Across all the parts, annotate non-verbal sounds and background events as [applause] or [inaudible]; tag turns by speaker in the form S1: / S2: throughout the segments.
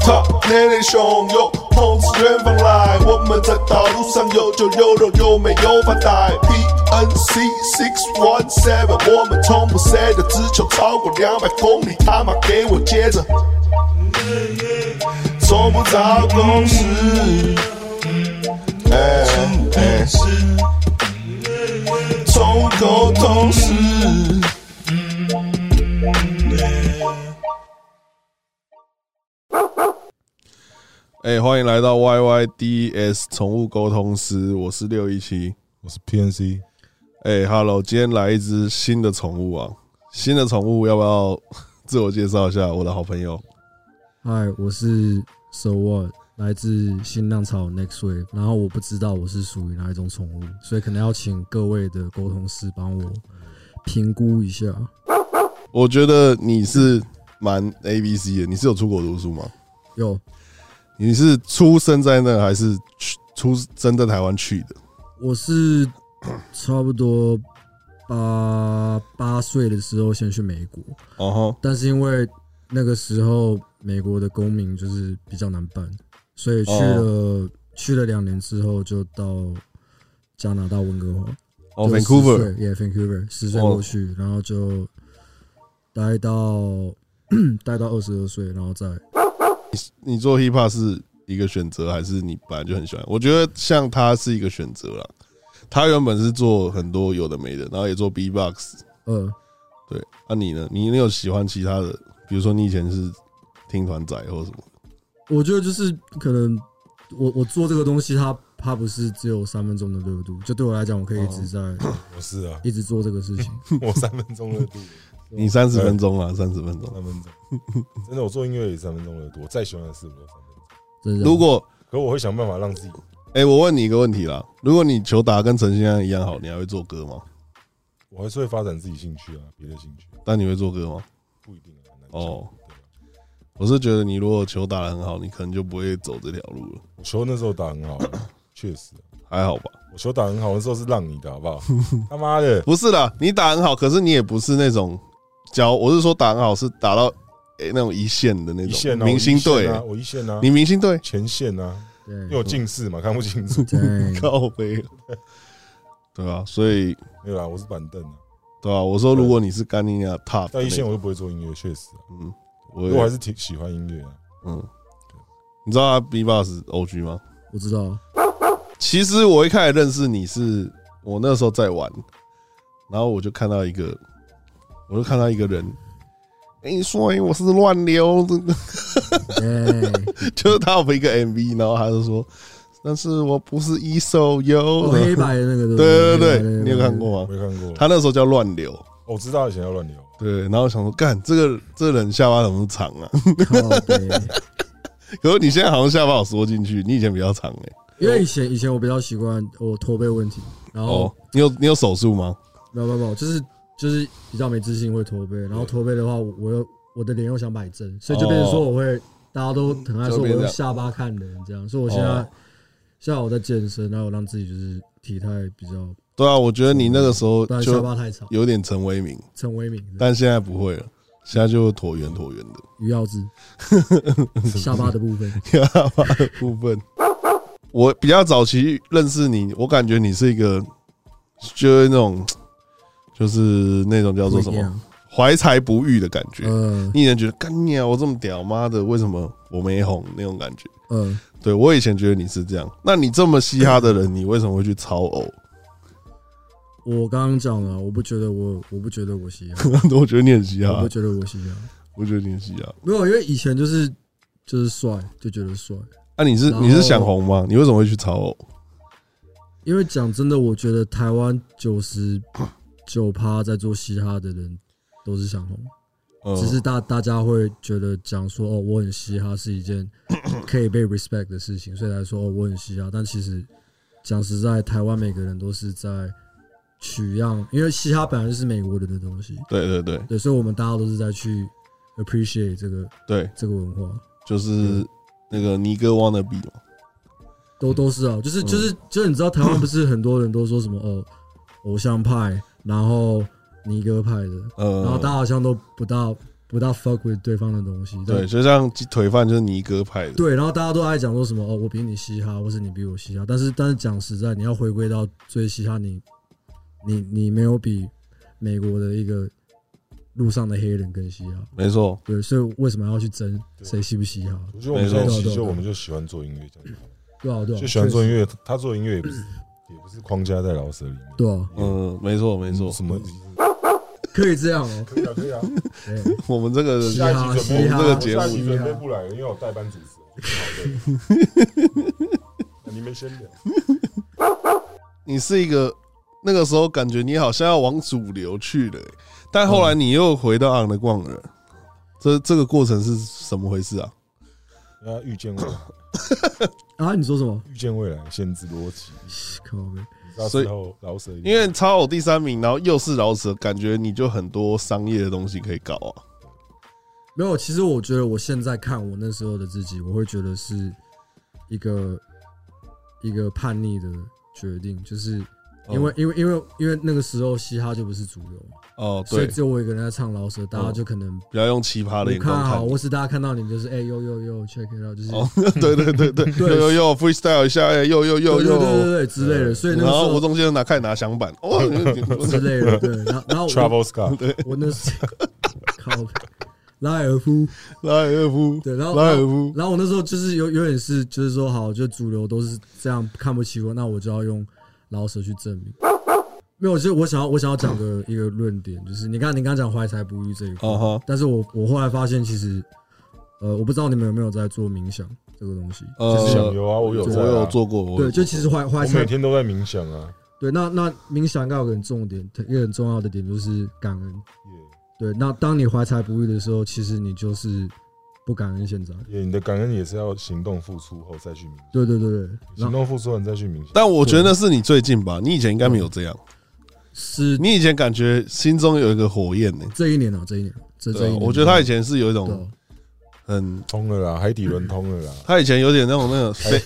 S1: 他年龄汹涌，碰自远方来。我们在道路上有酒有肉，又没有发呆。PNC six one seven，我们从不 s 的，只求超过两百公里。他妈给我接着，从不找公司。哎哎，从无沟通时。
S2: 哎、欢迎来到 YYDS 宠物沟通师，我是六一七。
S3: 我是 PNC，
S2: 哎、h e l l o 今天来一只新的宠物啊！新的宠物要不要 [laughs] 自我介绍一下？我的好朋友，
S4: 嗨，我是 So What，来自新浪潮 Next Wave。然后我不知道我是属于哪一种宠物，所以可能要请各位的沟通师帮我评估一下。
S2: 我觉得你是蛮 A B C 的。你是有出国读书吗？
S4: 有，
S2: 你是出生在那还是去出生在台湾去的？
S4: 我是 [coughs] 差不多八八岁的时候先去美国，
S2: 哦吼、
S4: 但是因为那个时候美国的公民就是比较难办，所以去了、去了两年之后就到加拿大温哥华。
S2: 哦，Vancouver，
S4: 也 Vancouver，十岁
S2: 哦
S4: 过去，然后就待到待到二十二岁，然后再
S2: 你你做 hiphop 是一个选择，还是你本来就很喜欢？我觉得像他是一个选择啦。他原本是做很多有的没的，然后也做 B box。
S4: 二
S2: 对，那、你呢？你你有喜欢其他的？比如说你以前是听团仔或什么？
S4: 我觉得就是可能我我做这个东西它，它不是只有三分钟的热度，就对我来讲，我可以一直在、
S2: 哦
S3: 我是啊， [laughs]
S4: 一直做这个
S2: [laughs]
S4: 事情。
S3: 我三分钟热度，
S2: 你三十分钟啊，三十分钟。
S3: 三分钟，真的，我做音乐也三分钟热度，我再喜欢的事我都三分钟，
S4: 真的，
S2: 如果
S3: 可我会想办法让自己，
S2: 哎、我问你一个问题啦，如果你求达跟陈先生一样好，你还会做歌吗？
S3: 我还是会发展自己兴趣啊，别的兴趣
S2: 但你会做歌吗？
S3: 不一定啊，很难讲
S2: 哦
S3: 对啊
S2: 我是觉得你如果球打得很好，你可能就不会走这条路了，
S3: 我球那时候打很好
S2: [laughs]
S3: 啊，确实啊，
S2: 还好吧？
S3: 我球打很好，那时候是让你的好
S2: [laughs]
S3: 不好？他妈的，
S2: 不是啦，你打很好，可是你也不是那种教，我是说打很好是打到诶、那种一线的那
S3: 一
S2: 种
S3: 线啊，
S2: 明星队、
S3: 我一线啊，我一线啊，
S2: 你明星
S3: [laughs]
S2: 队
S3: 前线啊，因为
S4: 对，
S3: 我近视嘛，看不清楚
S2: 嗯
S4: 对，
S2: 靠背，对吧、所以
S3: 没有啦，我是板凳啊，
S2: 对吧、我说如果你是干尼亚 top
S3: 在一线
S2: 那
S3: 我
S2: 种
S3: 就不会做音乐，确实啊，
S2: 嗯，
S3: 可我还
S2: 我
S3: 是挺喜欢音乐啊，
S2: 嗯，你知道他啊 B boss OG 吗？
S4: 我知道，
S2: 其实我一开始认识你是我那时候在玩，然后我就看到一个，我就看到一个人，哎、你说哎我是乱流， [laughs]
S4: 对，
S2: 就是他有一个 MV，然后他就说，但是我不是一手
S4: 哦
S2: 游，
S4: 黑白的那个，不
S2: 对对对
S4: 黑白的
S2: 对，
S4: 那个
S2: 你有看过
S3: 我
S2: 吗？
S3: 没看过，
S2: 他那时候叫乱流，
S3: 哦我知道以前要乱聊，啊
S2: 对，然后想说干这个这人下巴怎么长啊？ [laughs]
S4: 靠背？
S2: 可是你现在好像下巴有缩进去，你以前比较长哎、
S4: 因为以前以前我比较习惯我驼背问题，然后
S2: 哦，你有你有手术吗？
S4: 没有没有没有，就是就是比较没自信会驼背，然后驼背的话，我我又我的脸又想摆正，所以
S2: 哦
S4: 就变成说我会、大家都很爱说我用下巴看人这样，所以我现在、
S2: 哦
S4: 现在我在健身，然后我让自己就是体态比较，
S2: 对啊，我觉得你那个时候
S4: 但啊下
S2: 就
S4: 巴太长，
S2: 有点陈为民。
S4: 陈为民
S2: 但现在不会了，现在就椭圆椭圆的 [laughs]
S4: 于耀志下巴的部分，
S2: 下巴的部分。我比较早期认识你，我感觉你是一个就是那种就是那种叫做什
S4: 不一
S2: 么
S4: 样
S2: 怀才不遇的感觉。
S4: 呃
S2: 你以前觉得干你啊，我这么屌，妈的，为什么我没红那种感觉？
S4: 呃，
S2: 对我以前觉得你是这样，那你这么嘻哈的人，你为什么会去超偶？ [laughs]
S4: 我刚刚讲了，我不觉得我我不觉得我
S2: [laughs]
S4: 嘻哈，
S2: 我觉得你很嘻
S4: 我
S2: 哈
S4: 不，觉得我嘻哈，
S2: 我觉得你很嘻哈。
S4: 没有，因为以前就是就是帅就觉得帅。
S2: 那、啊你是
S4: 然后
S2: 你是想红吗？你为什么会去超偶？
S4: 因为讲真的，我觉得台湾九十九趴在做嘻哈的人都是想红，
S2: 嗯
S4: 只是大大家会觉得讲说哦，我很嘻哈是一件可以被 respect 的事情，所以来说哦，我很嘻哈。但其实讲实在，台湾每个人都是在取样，因为嘻哈本来就是美国人的东西，
S2: 对对对
S4: 对，所以我们大家都是在去 appreciate 这个
S2: 对，
S4: 这个文化。嗯
S2: 就是那个尼哥 wanna be 嘛。
S4: 都都是啊，就是就是
S3: 嗯
S4: 就是，你知道台湾不是很多人都说什么哦，
S3: 嗯
S4: 偶像派，然后尼哥派的，然后大
S2: 呃，
S4: 家好像都不大不大 fuck with 对方的东西。但
S2: 对，就像腿饭就是尼哥派的，
S4: 对，然后大家都爱讲说什么哦，我比你嘻哈，或是你比我嘻哈。但是但是讲实在，你要回归到最嘻哈，你你你没有比美国的一个路上的黑人更嘻哈。
S2: 没错，
S4: 对，所以为什么要去争谁嘻不嘻哈？
S3: 我觉得我们
S2: 没错
S3: 现在
S4: 对
S3: 其
S4: 对
S3: 实
S4: 对
S3: 我们就喜欢做音乐，这样就好了
S4: 对啊，对啊，
S3: 就喜欢做
S4: 确
S3: 音
S4: 实，
S3: 乐。他做音乐也不是也不是框架在老舍里面，
S4: 对啊，
S2: 嗯，没错没错，
S3: 什么
S4: 可以这样哦。
S3: 可以啊可以啊。
S4: [laughs] 对
S2: 我们这个人
S3: 下一集准备
S2: 嘻哈我们这个节目
S3: 下一集准备不来了，因为我代班主持，我觉得
S2: [laughs]
S3: 好累。那你们先聊，
S2: 你是一个那个时候感觉你好像要往主流去了欸、但后来你又回到 on the ground 了，这这个过程是什么回事啊？
S3: 那遇见未来，
S4: 啊，你说什么？
S3: 遇见未来，先知逻辑。
S4: 靠呗，
S3: 那
S2: 所以
S3: 时候老舍
S2: 因为超偶第三名，然后又是饶舌，感觉你就很多商业的东西可以搞啊。
S4: 没有。其实我觉得我现在看我那时候的自己，我会觉得是一个一个叛逆的决定，就是因为、因为因为因为那个时候嘻哈就不是主流嘛，
S2: 哦，
S4: 所以
S2: 对，
S4: 只有我一个人在唱饶舌，大家就可能
S2: 不要用奇葩的
S4: 不
S2: 眼光
S4: 看好，
S2: 看
S4: 或是大家看到你就是哎呦呦呦 check it out，就是
S2: 哦，对对对对，
S4: 对
S2: 又又又 freestyle 一下，哎又又
S4: 对
S2: 又
S4: 对对对
S2: 又，
S4: 对之类的，所以那
S2: 然
S4: 个时
S2: 后吴
S4: 候
S2: 宗宪拿开始拿响板，哦，
S4: 之类的，对，然后然后我
S3: Travel Scott，
S4: 我那时靠北拉尔夫。
S2: 拉尔夫，
S4: 对，然后
S2: 拉尔
S4: 然后
S2: 夫
S4: 然后我那时候就是有有点是，就是说好，就主流都是这样看不起我，那我就要用老舌去证
S3: [laughs]
S4: 明。没有，就是我想要我想要讲个一个论点，就是你刚你刚讲怀才不遇这一
S3: 哦
S4: 块，
S3: 嗯
S2: 啊哈，
S4: 但是我我后来发现其实，呃，我不知道你们有没有在做冥想这个东西。
S3: 冥想
S2: 呃，
S3: 有啊，我有
S2: 我
S3: 在啊
S2: 有，做过，我有
S4: 对，就其实怀
S3: 我
S4: 怀
S3: 每
S4: 才
S3: 天都在冥想啊。
S4: 对，那那冥想应该有个很重点，一个很重要的点就是感恩。对，那当你怀才不遇的时候，其实你就是不感恩现在。
S3: 也也，你的感恩也是要行动付出后再去冥想，
S4: 对对对对，然
S3: 行
S4: 后
S3: 动付出后你再去冥想。
S2: 但我觉得那是你最近吧，你以前应该没有这样。
S4: 是
S2: 你以前感觉心中有一个火焰呢、
S4: 这一年啊，这一年，这这一
S2: 对啊，
S4: 年，
S2: 我觉得他以前是有一
S4: 对啊
S2: 种很，
S3: 通了啦，海底轮通了啦，
S2: 他以前有点那种那个飞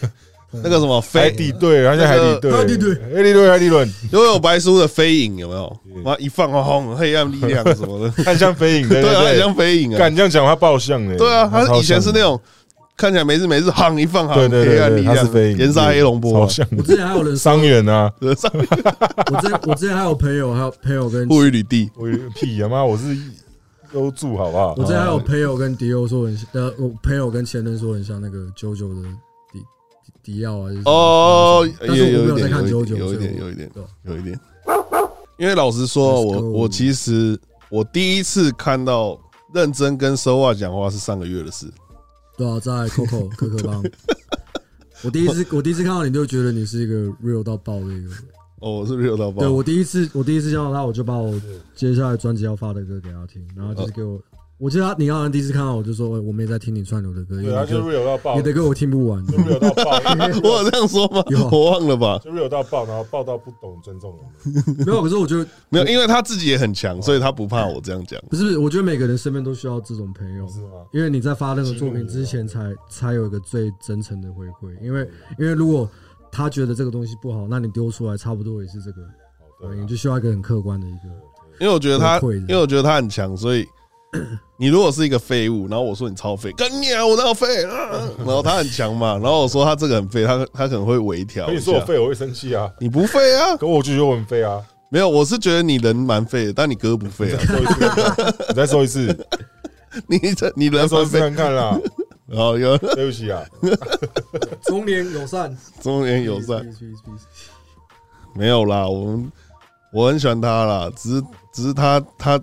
S2: 那个什么
S3: 哎嗯海
S2: 飞
S3: 底队，而且海底队，
S4: 海底队
S3: 海底队，海底轮， [laughs]
S2: 游泳白书的飞影有没有？
S3: 嗯
S2: 妈一放轰轰黑暗力量什么的，
S3: 看像飞影，对
S2: 对啊，很
S3: 对
S2: 像飞影
S3: 对，
S2: 啊
S3: 敢，这样讲他爆像嘞，
S2: 对啊，他以前是那
S3: 种，
S2: 种看起来没事没事，夯一放
S3: 对
S2: 夯
S3: 对
S2: 黑暗力
S3: 对对，他是
S2: 量
S3: 飞，影，
S2: 岩沙黑龙波
S3: 超
S2: 啊，
S3: 像的
S4: 我之前
S2: [laughs]
S4: 还有人说，
S3: 伤员啊，
S2: 对上面
S4: 我之前我之前还有朋友，还有朋友跟，
S2: 护与履地，
S3: 我有屁啊妈，我是优助好不
S2: 啊
S3: 好
S4: 我？之前还有朋友跟迪欧说很像，呃，我朋友跟前任说很像那个 JoJo 的迪迪迪奥啊，还是什么
S2: 哦
S4: 但是
S2: 有
S4: 我没
S2: 有一
S4: 在
S2: 点
S4: 看
S2: 有
S4: JoJo，
S2: 一点有一点有一
S4: 所以我
S2: 点
S4: 对啊
S2: 有一点。因为老实说，
S4: Let's
S2: 我
S4: go
S2: 我其实我第一次看到认真跟 SOA 讲话是上个月的事。
S4: 对啊，在 Coco
S2: [laughs]
S4: 可可邦，我第一次我第一次看到你就觉得你是一个 real 到爆的一个人，
S2: 哦，我是不是有到爆
S4: 对？我第一次我第一次见到他，我就把我接下来专辑要发的歌给他听，然后就是给
S2: 呃
S4: 我，我记得他你刚刚第一次看到我就说，喂我妹在听你串流的歌，因
S3: 对
S4: 为
S3: 啊，
S4: 你
S3: 就
S4: 就
S3: real 到爆
S4: 你的歌我听不完。
S3: ，real 到
S4: [laughs]
S3: 爆，
S2: [laughs] 我有这样说吗
S4: 有啊？
S2: 我忘了吧？
S3: 就 real 到爆，然后爆到不懂尊重人，
S4: 没有，可是我觉得
S2: 没有，因为他自己也很强，所以他不怕我这样讲。
S4: 不是，不是，我觉得每个人身边都需要这种朋友，
S3: 是
S2: [laughs]
S3: 吗？
S4: 因为你在发那个作品之前才才有一个最真诚的回馈，因为因为如果他觉得这个东西不好，那你丢出来差不多也是这个
S3: 好
S4: 反
S3: 对
S4: 应，
S3: 啊
S4: 就需要一个很客观的一个。
S2: 因为我觉得他，
S4: 不会的
S2: 因为我觉得他很强，所
S4: [clears throat]
S2: 以你如果是一个废物，然后我说你超废，干你啊，我哪有废啊？然后他很强嘛，然后我说他这个很废，他他可能会微调
S3: 可
S2: 一
S3: 以
S2: 下
S3: 说我。废，我会生气啊。
S2: 你不废啊？
S3: 可我就觉得我很废
S4: [laughs]
S3: 啊！
S2: 没有，我是觉得你人蛮废的，但你歌不废啊。
S3: 说一次，你
S2: [laughs]
S3: 再说一次，
S2: 你这 [laughs] 你人
S3: 再说一
S2: 蛮
S3: 次
S2: 废，
S3: 看看啦！
S2: 然后有 [laughs]
S3: 对不起啊，
S4: 中年友 [laughs] 善，
S2: 中年友善，没有啦，我们我很喜欢他啦，只是只是他他，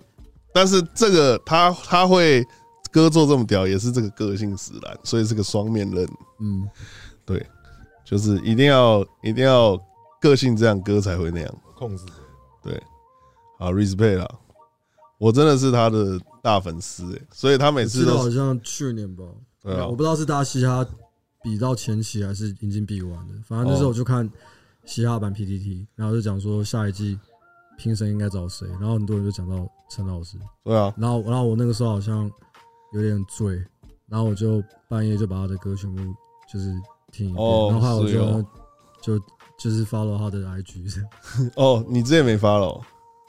S2: 但是这个他他会歌做这么屌，也是这个个性使然，所以是个双面刃，
S4: 嗯，
S2: 就是一定要一定要个性这样，歌才会那样。
S3: 控制者
S2: 好，respect 啦，我真的是他的大粉丝、欸，所以他每次
S4: 记得
S2: 都
S4: 好
S2: 是
S4: 像去年吧，
S2: 对啊
S4: 我不知道是大家嘻哈比到前期还是已经比完了，反正那时候我就看嘻哈版 PPT，然后就讲说下一季评审应该找谁，然后很多人就讲到陈老师，
S2: 对啊，
S4: 然后然后我那个时候好像有点醉，然后我就半夜就把他的歌全部就是听一遍，
S2: 哦
S4: 然后后来我
S2: 是
S4: 就、
S2: 哦
S4: 就就是 follow 他的 IG，
S2: 哦，你之前没发了哦，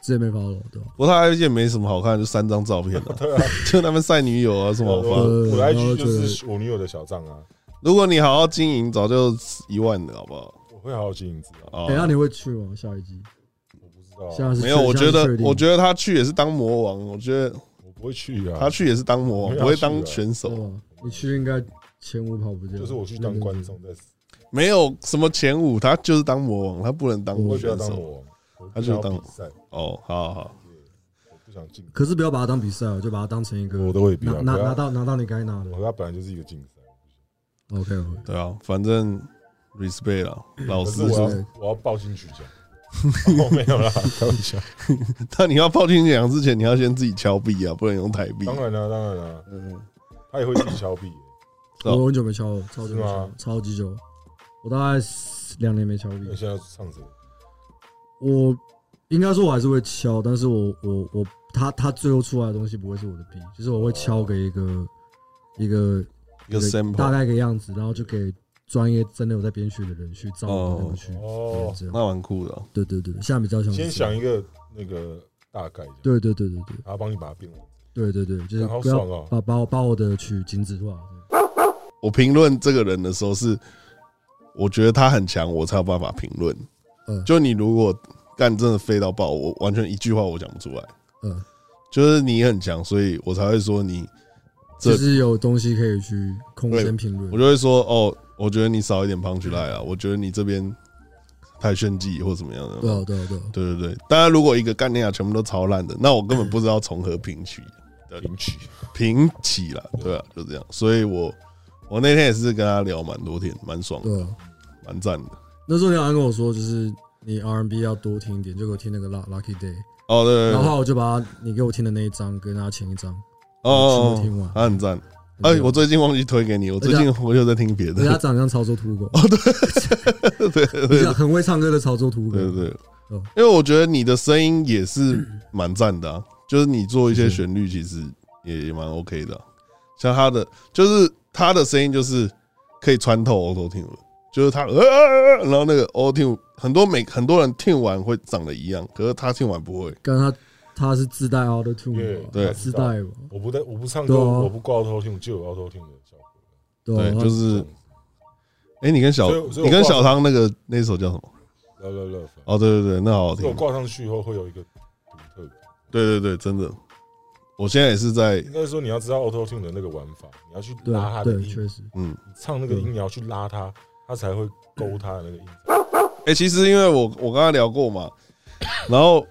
S4: 这也没 follow 对吧？
S2: 不过他 IG 没什么好看，就三张照片
S3: [laughs]
S2: 啊， [laughs] 就他们晒女友啊，什么好
S3: 我
S2: 发？
S3: 我的
S4: 然后
S3: IG
S4: 就
S3: 就是是我女友的小账啊，
S2: 如果你好好经营，早就一万了，好不好？
S3: 我会好好经营自己啊，
S2: 啊
S4: 等一下你会去吗？下一季？
S3: 我不知道
S4: 下
S3: 啊，
S4: 次
S2: 哦没有，我觉得，我
S4: 得
S2: 觉得他去也是当魔王，我觉得
S3: 我不会去啊，
S2: 他去也是当魔王，
S3: 没有
S2: 不会
S3: 去
S2: 当
S3: 啊
S2: 选手，
S4: 哦你去应该前五跑不掉，
S3: 就是我去当观众，在
S2: 没有什么前五，他就是当魔王，他不能当
S4: 我
S3: 我
S2: 选
S3: 需要当
S2: 手。
S3: 魔王，
S2: 他
S3: 他
S2: 就
S3: 就
S2: 当
S3: 当比赛，
S2: 哦，好好好，
S3: 我不想进，
S4: 可是不要把它当比赛哦，就把它当成一个
S3: 我都会比
S4: 拿
S3: 啊，
S4: 拿
S3: 我
S4: 拿
S3: 要
S4: 到拿到你该拿的。
S2: 哦
S3: 我他本来就是一个竞赛，
S4: OK OK，
S2: 对啊，反正 respect 啦，老
S3: 嗯可是
S2: 师
S3: 我啊
S2: 说， [laughs]
S3: 要我要抱进去讲，哦没有啦，开玩笑，
S2: 但你要报金奖之前，你要先自己敲币啊，不能用台币。
S3: 当然啦，当然啦，
S2: 嗯，
S3: 他也会自己敲币，
S2: 哦
S4: 我很久没敲了，超级久没敲
S3: 是吗啊
S4: 了，超级久，我大概两年没敲
S3: 那
S4: 过
S3: 你。现在要唱谁？
S4: 我应该说我还是会敲，但是我我我他他最后出来的东西不会是我的币，就是我会敲给一个一个
S2: 一个
S4: 一个大
S2: sample，
S4: 概一个样子，然后就给专业真的有在编曲的人去照
S2: 哦
S4: 那个去
S3: 哦
S4: 这样。
S2: 那蛮酷的啊。
S4: 对对对，现在比较想
S3: 先想一个那个大概，然
S4: 对对对对
S3: 后帮你把它变完，
S4: 对对对对，就是
S3: 干好
S4: 不要
S3: 爽哦，
S4: 把把我把我的曲精致化。
S2: 我评论这个人的时候是，我觉得他很强，我才有办法评论。
S4: 嗯
S2: 就你如果干真的飞到爆，我完全一句话我讲不出来。
S4: 嗯，
S2: 就是你很强，所以我才会说你，这
S4: 就是有东西可以去空
S2: 对
S4: 间评论
S2: 我。就会说哦，我觉得你少一点 punch line 啊，我觉得你这边太炫技或怎么样的。
S4: 对啊对啊对啊，
S2: 对对对，当然如果一个干练啊全部都超烂的，那我根本不知道从何评起，
S3: 领取。
S2: 评起了，对啊，就这样。所以我我那天也是跟他聊蛮多天，蛮爽的，
S4: 对啊。
S2: 蛮赞的。
S4: 那时候你好像跟我说，就是你 R&B 要多听一点，就给我听那个 Luck- Lucky Day。
S2: 哦，对对对
S4: 然，后我就把你给我听的那一张跟他前一张
S2: 哦
S4: 全
S2: 哦哦，
S4: 部听完。
S2: 他很赞。哎，我最近忘记推给你，我最近我又在听别
S4: 人家
S2: 的。
S4: 长得像潮州土狗，
S2: [laughs] 对对哦对
S4: [laughs] 比
S2: 对
S4: 较很会唱歌的潮州土狗。
S2: 对对，
S4: 嗯
S2: 因为我觉得你的声音也是蛮赞的啊，就是你做一些旋律其实也也蛮 OK 的啊、像他的，就是他的声音就是可以穿透 auto tune 了，就是他呃，然后那个 auto tune 很多每很多人听完会长得一样，可是他听完不会。
S4: 刚刚他他是自带 Auto Tune，吧
S3: 对
S2: 对
S4: 啊自带吧，
S3: 我不带，我不唱
S4: 对
S3: 歌，
S4: 啊
S3: 我不挂 auto tune 就有 auto tune 的效果。
S4: 对啊
S2: 对，
S4: 吧，
S2: 就是哎、你跟小
S3: 所以所以我
S2: 你跟
S3: 挂
S2: 小汤那个那首叫什么？
S3: love love love，
S2: 哦，对对对，那好好
S3: 所以我
S2: 听。
S3: 挂上去以后会有一个独特的。
S2: 对对对，真的，我现在也是在
S3: 应该说你要知道 auto tune 的那个玩法，你要去
S4: 对
S3: 拉它的
S4: 对，
S3: 音，
S4: 确实，
S2: 嗯，
S3: 你唱那个音你要去拉它，它才会勾它的那个音。
S2: 哎、其实因为我我跟他聊过嘛，然后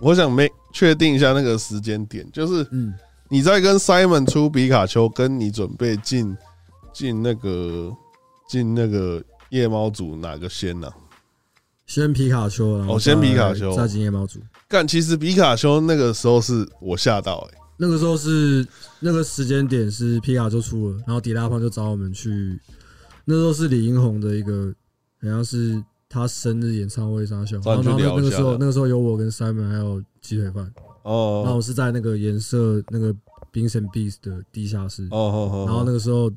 S2: 我想没确定一下那个时间点，就是
S4: 嗯，
S2: 你在跟 Simon 出皮卡丘，跟你准备进进那个进那个夜猫组哪个先呢、啊？
S4: 先皮卡丘，然后
S2: 哦先
S4: 再
S2: 皮卡丘
S4: 再进夜猫组。
S2: 干，其实皮卡丘那个时候是我吓到哎、
S4: 那个时候是那个时间点是皮卡丘出了，然后迪拉胖就找我们去，那时候是李英红的一个，好像是他生日演唱会上秀，
S2: 找
S4: 然
S2: 你
S4: 后
S2: 去
S4: 然后
S2: 聊
S4: 那那
S2: 一
S4: 个
S2: 下
S4: 时候那个时候有我跟 Simon 还有鸡腿饭，然后
S2: 哦
S4: 我是在那个颜色那个 b i n s a n Beast 的地下室，
S2: 哦哦
S4: 然后
S2: 哦，
S4: 那个时候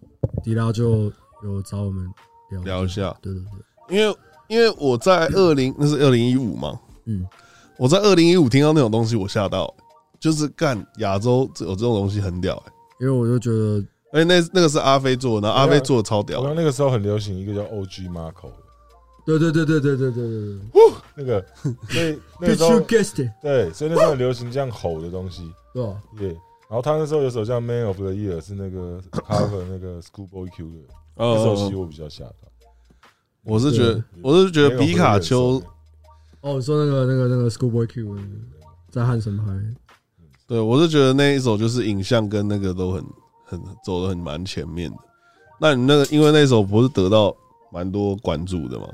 S4: 迪拉就有找我们聊
S2: 聊一
S4: 下，
S2: 下，
S4: 对对对，
S2: 因为因为我在二零那是二零一五嘛，
S4: 嗯，
S2: 我在二零一五听到那种东西我吓到、就是干亚洲有这种东西很屌哎、
S4: 因为我就觉得
S2: 而且那那个是阿飞做的，然后阿飞做的超屌
S3: 好，像那个时候很流行一个叫 OG Marco 的，
S4: 对对对对对对对对
S2: [laughs]
S3: 那个，所以那
S4: 对
S3: 个时
S4: ，Did you
S3: 候
S4: guess it？
S3: 对，所以那时候很流行这样吼的东西，
S4: 对吧？
S3: 对。然后他那时候有首叫 Man of the Year 是那
S2: [coughs]
S3: 个 cover 那个 Schoolboy Q 的，那首
S2: 呃
S3: 其实，我比较吓到。
S2: 我是觉得
S3: 对，
S2: 我是觉得皮卡丘，
S4: 哦，你说那个那个那个 Schoolboy Q 那个在汉神拍。
S2: 对我是觉得那一首就是影像跟那个都很很走的很蛮前面的。那你那个因为那首不是得到蛮多关注的嘛，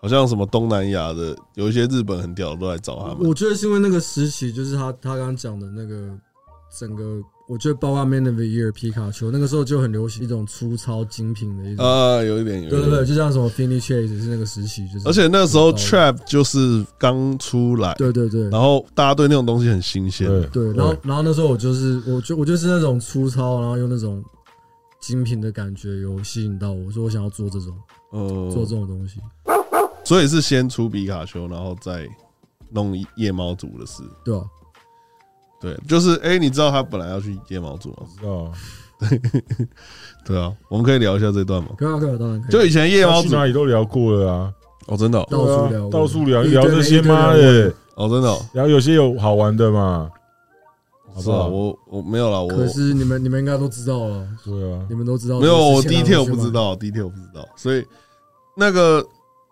S2: 好像什么东南亚的有一些日本很屌的都来找他们
S4: 我觉得是因为那个时期，就是他他刚刚讲的那个整个，我觉得包括 Man of the Year 皮卡丘，那个时候就很流行一种粗糙精品的一种，
S2: 啊，有一点有一
S4: 对
S2: 点。
S4: 对对，就像什么 Finish Chase 也是那个时期，就是
S2: 而且那时候
S4: 粗糙
S2: trap 就是刚出来，
S4: 对对对
S2: 然后大家对那种东西很新鲜，
S3: 对
S4: 对，然后然后那时候我就是我就我就是那种粗糙，然后用那种精品的感觉有吸引到我，所以我想要做这种
S2: 呃
S4: 做这种东西，
S2: 所以是先出皮卡丘，然后再弄夜猫族的事。
S4: 对吧？
S2: 对，就是哎、你知道他本来要去夜猫族吗？
S3: 我知道啊。
S2: 对啊，我们可以聊一下这段吗？
S4: 可以啊，可以啊，当然可以。
S2: 就以前夜猫
S3: 去
S2: 族
S3: 哪里都聊过了啊，
S2: 哦，真的哦
S4: 到处
S3: 对啊
S4: 聊
S3: 到处聊
S4: 一堆
S3: 聊这些
S4: 人一堆
S3: 妈
S4: 人
S3: 的，
S2: 哦，真的哦，
S3: 然后有些有好玩的嘛，好
S2: 是
S3: 不
S2: 啊，
S3: 好？
S2: 我我没有啦，我
S4: 可是你们你们应该都知道了，
S3: 对啊
S4: 你，们都知道
S2: 没
S4: 这
S2: 有，
S4: 个
S2: 我
S4: 事情
S2: 第一
S4: 来
S2: 天我
S4: 龙去
S2: 不知
S4: 脉。
S2: 道，第一天我不知道，所以那个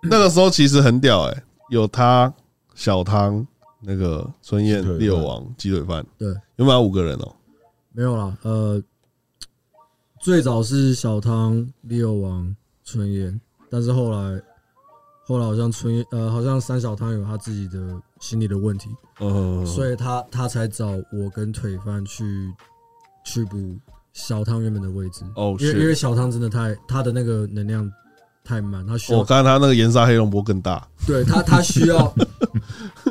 S2: 那个时候其实很屌哎、有他、小汤、那个孙燕
S3: 鸡腿、饭
S2: 六王、鸡腿饭，
S4: 对，
S2: 原本要五个人哦、
S4: 没有啦，呃，最早是小汤、六王、春燕，但是后来后来好像春燕呃，好像三小汤有他自己的心理的问题，
S2: 嗯，
S4: 所以他他才找我跟腿饭去去补小汤原本的位置，
S2: 哦，
S4: 因为因
S2: 是
S4: 为小汤真的太他的那个能量太满，他需要
S2: 我看他那个盐沙黑龙波更大，
S4: 对他，他需
S2: [laughs]
S4: 要。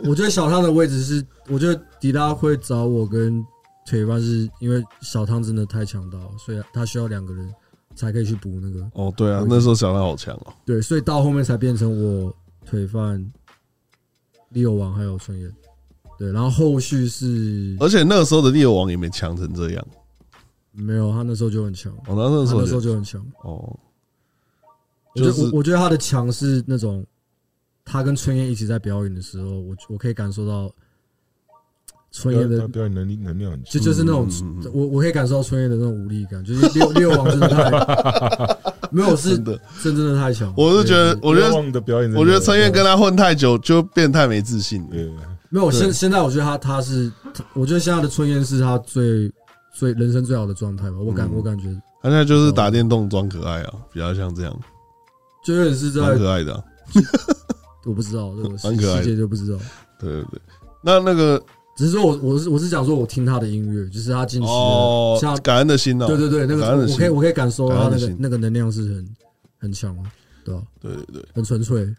S4: 我觉得小汤的位置是，我觉得迪拉会找我跟腿饭，是因为小汤真的太强大了，所以他需要两个人才可以去补那个。
S2: 哦，对啊，那时候小汤好强哦、
S4: 对，所以到后面才变成我腿饭、六王还有春燕。对，然后后续是
S2: 而且那个时候的六王也没强成这样，
S4: 没有他那时候就很强，
S2: 哦，那那
S4: 他
S2: 时候
S4: 啊那时候
S2: 就
S4: 就很强。
S2: 哦，
S4: 我觉
S2: 就
S4: 得
S2: 是
S4: 我我觉得他的强是那种，他跟春燕一起在表演的时候，我我可以感受到春燕的
S3: 他表演能力能量很强，
S4: 就就是那种
S2: 嗯嗯嗯
S4: 我我可以感受到春叶的那种无力感，就是六六王真的太
S2: [laughs]
S4: 没有是
S2: 真的，
S4: 真真的太强了。
S2: 我是觉得
S4: 对，
S2: 我觉得
S3: 不要忘的表演能力，
S2: 我觉得陈燕跟他混太久就变太没自信了。
S3: 对
S4: 没有现
S2: 对
S4: 现在我觉得他他是，他我觉得现在的春燕是他最最人生最好的状态吧。我感
S2: 嗯
S4: 我感觉
S2: 他现在
S4: 嗯
S2: 就是打电动装可爱啊，比较像这样，
S4: 就有点是在
S2: 蛮可爱的啊、
S4: 我不知道这个
S2: 蛮可爱的
S4: 细节就不知道，
S2: 对对对，那那个
S4: 只是说我我是我是讲说我听他的音乐，就是他近期
S2: 哦
S4: 的，像
S2: 感恩的心哦，
S4: 对对对那
S2: 感恩的
S4: 个我
S2: 心
S4: 可以我可以感受到
S2: 感
S4: 他那
S2: 恩的
S4: 个
S2: 心
S4: 那个能量是很很强的，对吧？
S2: 对对对，
S4: 很纯粹，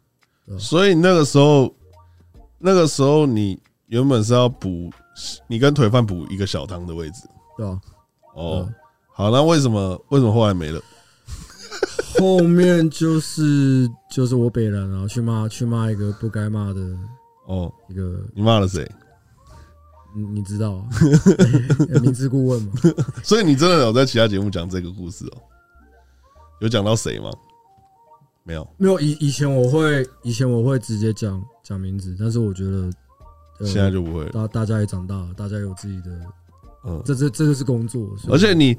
S2: 所以那个时候，那个时候你原本是要补，你跟腿饭补一个小汤的位置
S4: 对
S2: [laughs]
S4: 啊吧？
S2: 哦
S4: 嗯。
S2: 好，那为什么为什么后来没了？
S4: 后面就是就是我北人啊，去骂去骂一个不该骂的
S2: 哦，
S4: 一个，
S2: 你骂了谁？
S4: 你你知道、啊，
S2: [laughs]
S4: 明知故问嘛？
S2: 所以你真的有在其他节目讲这个故事哦？有讲到谁吗？没有，
S4: 没有以以前我会以前我会直接讲讲名字，但是我觉得、呃
S2: 现在就不会了。
S4: 大大家也长大了，大家有自己的，
S2: 嗯，
S4: 这这这就是工作，所以
S2: 而且你，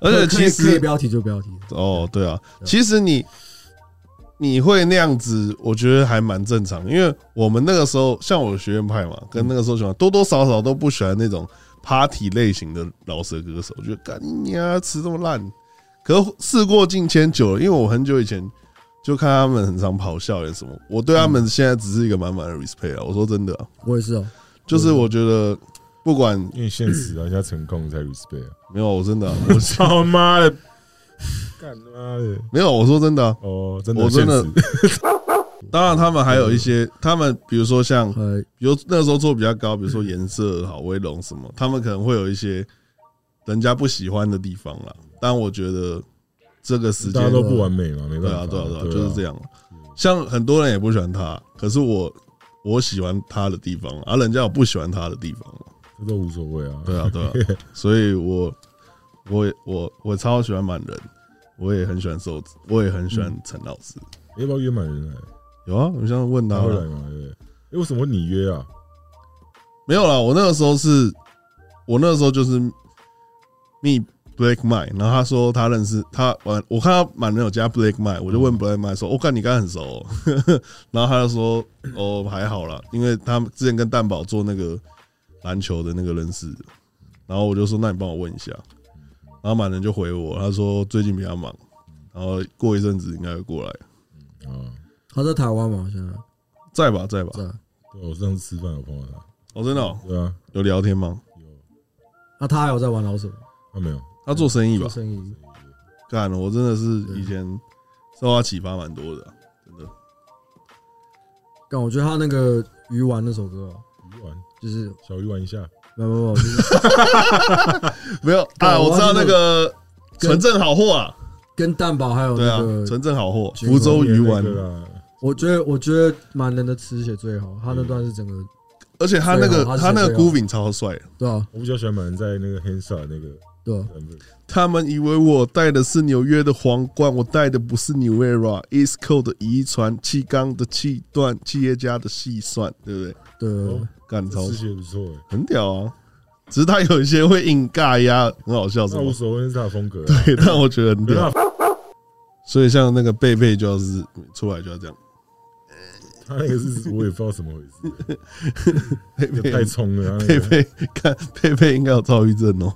S2: 而且
S4: 可以
S2: 其
S4: 可以
S2: 实
S4: 不要提就不要提，
S2: 哦，对啊，其实你你会那样子，我觉得还蛮正常，因为我们那个时候像我学院派嘛，跟那个时候喜欢多多少少都不喜欢那种 party 类型的老舌歌手，觉得干你啊吃这么烂。可事过境迁久了，因为我很久以前就看他们很常咆哮也什么，我对他们现在只是一个满满的 respect 啊。我说真的啊、
S4: 我也是哦、
S2: 就是我觉得不管
S3: 因为现实啊，人家成功才 respect
S2: [laughs]
S3: 啊。
S2: 没有，我真的啊、我
S3: 操妈的，干妈的，
S2: 没有，我说真的啊、
S3: 哦，真的，
S2: 我真的
S3: 现实
S2: 当然，他们还有一些，他们比如说像
S4: 呃，
S2: 比如那时候做比较高，比如说颜色好、威龙什么，他们可能会有一些人家不喜欢的地方啦。但我觉得这个时
S3: 大
S2: 间
S3: 家，都不完美嘛，没
S2: 对啊，
S3: 办法，
S2: 对啊，对啊，
S3: 对嗯
S2: 就是这。样了。像很多人也不喜欢他，可是我我喜欢他的地方，而、人家有不喜欢他的地方。
S3: 这都无所谓啊。
S2: 对啊，对
S3: [laughs]
S2: 啊，所以我我我我超喜欢满人，我也很喜欢瘦子，我也很喜
S3: 嗯
S2: 欢陈老师。
S3: 要不要约满人来？
S2: 有啊，我想问他
S3: 他会
S2: 啊
S3: 来吗？对不对。哎，为什么你约啊？
S2: 没有啦，我那个时候是，我那个时候就是密 Black Mike，然后他说他认识他，我我看他满人有加 Black Mike，我就问 Black Mike 说：“我、看你刚才很熟、哦。” [laughs] 然后他就说：“哦，还好啦，因为他们之前跟蛋宝做那个篮球的那个认识的。”然后我就说：“那你帮我问一下。”然后满人就回我，他说：“最近比较忙，然后过一阵子应该会过来，
S3: 啊，
S4: 他在台湾嘛，现
S2: 啊
S4: 在
S2: 在吧，在吧。
S4: 在，
S3: 对啊，我上次吃饭有碰到他。
S2: 哦，真的、哦、
S3: 对啊，
S2: 有聊天吗？
S3: 有
S4: 那、啊他还有在玩老手，
S3: 他没有？
S2: 他做生意吧
S4: 做？生意，
S2: 干，我真的是以前受他启发蛮多的啊、真的。
S4: 但我觉得他那个鱼丸那首歌、啊，
S3: 鱼丸，
S4: 就是
S3: 小鱼丸一下。
S4: 没有没有没有，就是
S2: [laughs] 没有
S4: 干
S2: 啊，
S4: 我
S2: 我知道
S4: 忘记
S2: 那
S4: 那
S2: 个
S4: 跟
S2: 纯正好货啊，
S4: 跟蛋堡还有
S2: 对啊
S4: 那个，
S2: 纯正好货，
S4: 结果
S2: 福州鱼丸
S3: 对啦，啊
S4: 我觉得，我觉得满人的词写最好，他那段是整个
S2: 而且他那个
S4: 最好他是
S2: 他那个
S4: 最好
S2: grooving 超帅的。
S4: 对啊，
S3: 我比较喜欢满人在那个 Hands Up 那个
S4: 对啊，
S3: 版本，
S2: 他们以为我戴的是纽约的皇冠，我戴的不是 New Era，East Coast 的遗传，气缸的气段，企业家的细算，对不对？
S4: 对对对
S3: 哦
S2: 干嗯超
S3: 这些不错哎，
S2: 很屌啊！只是他有一些会硬尬压，很好笑，是
S3: 那
S2: 吗
S3: 无？所谓那是他的风格啊，啊
S2: 对， [laughs] 但我觉得很
S3: 没
S2: 屌
S3: 办。法，
S2: 所以像那个贝贝就要是出来就要这样，
S3: 他那个是我也不知道怎么回
S2: [laughs]
S3: 事，
S2: 贝
S3: 那
S2: 贝
S3: 个太冲了，他
S2: 佩
S3: 那个
S2: 佩看佩佩应该有躁郁症哦，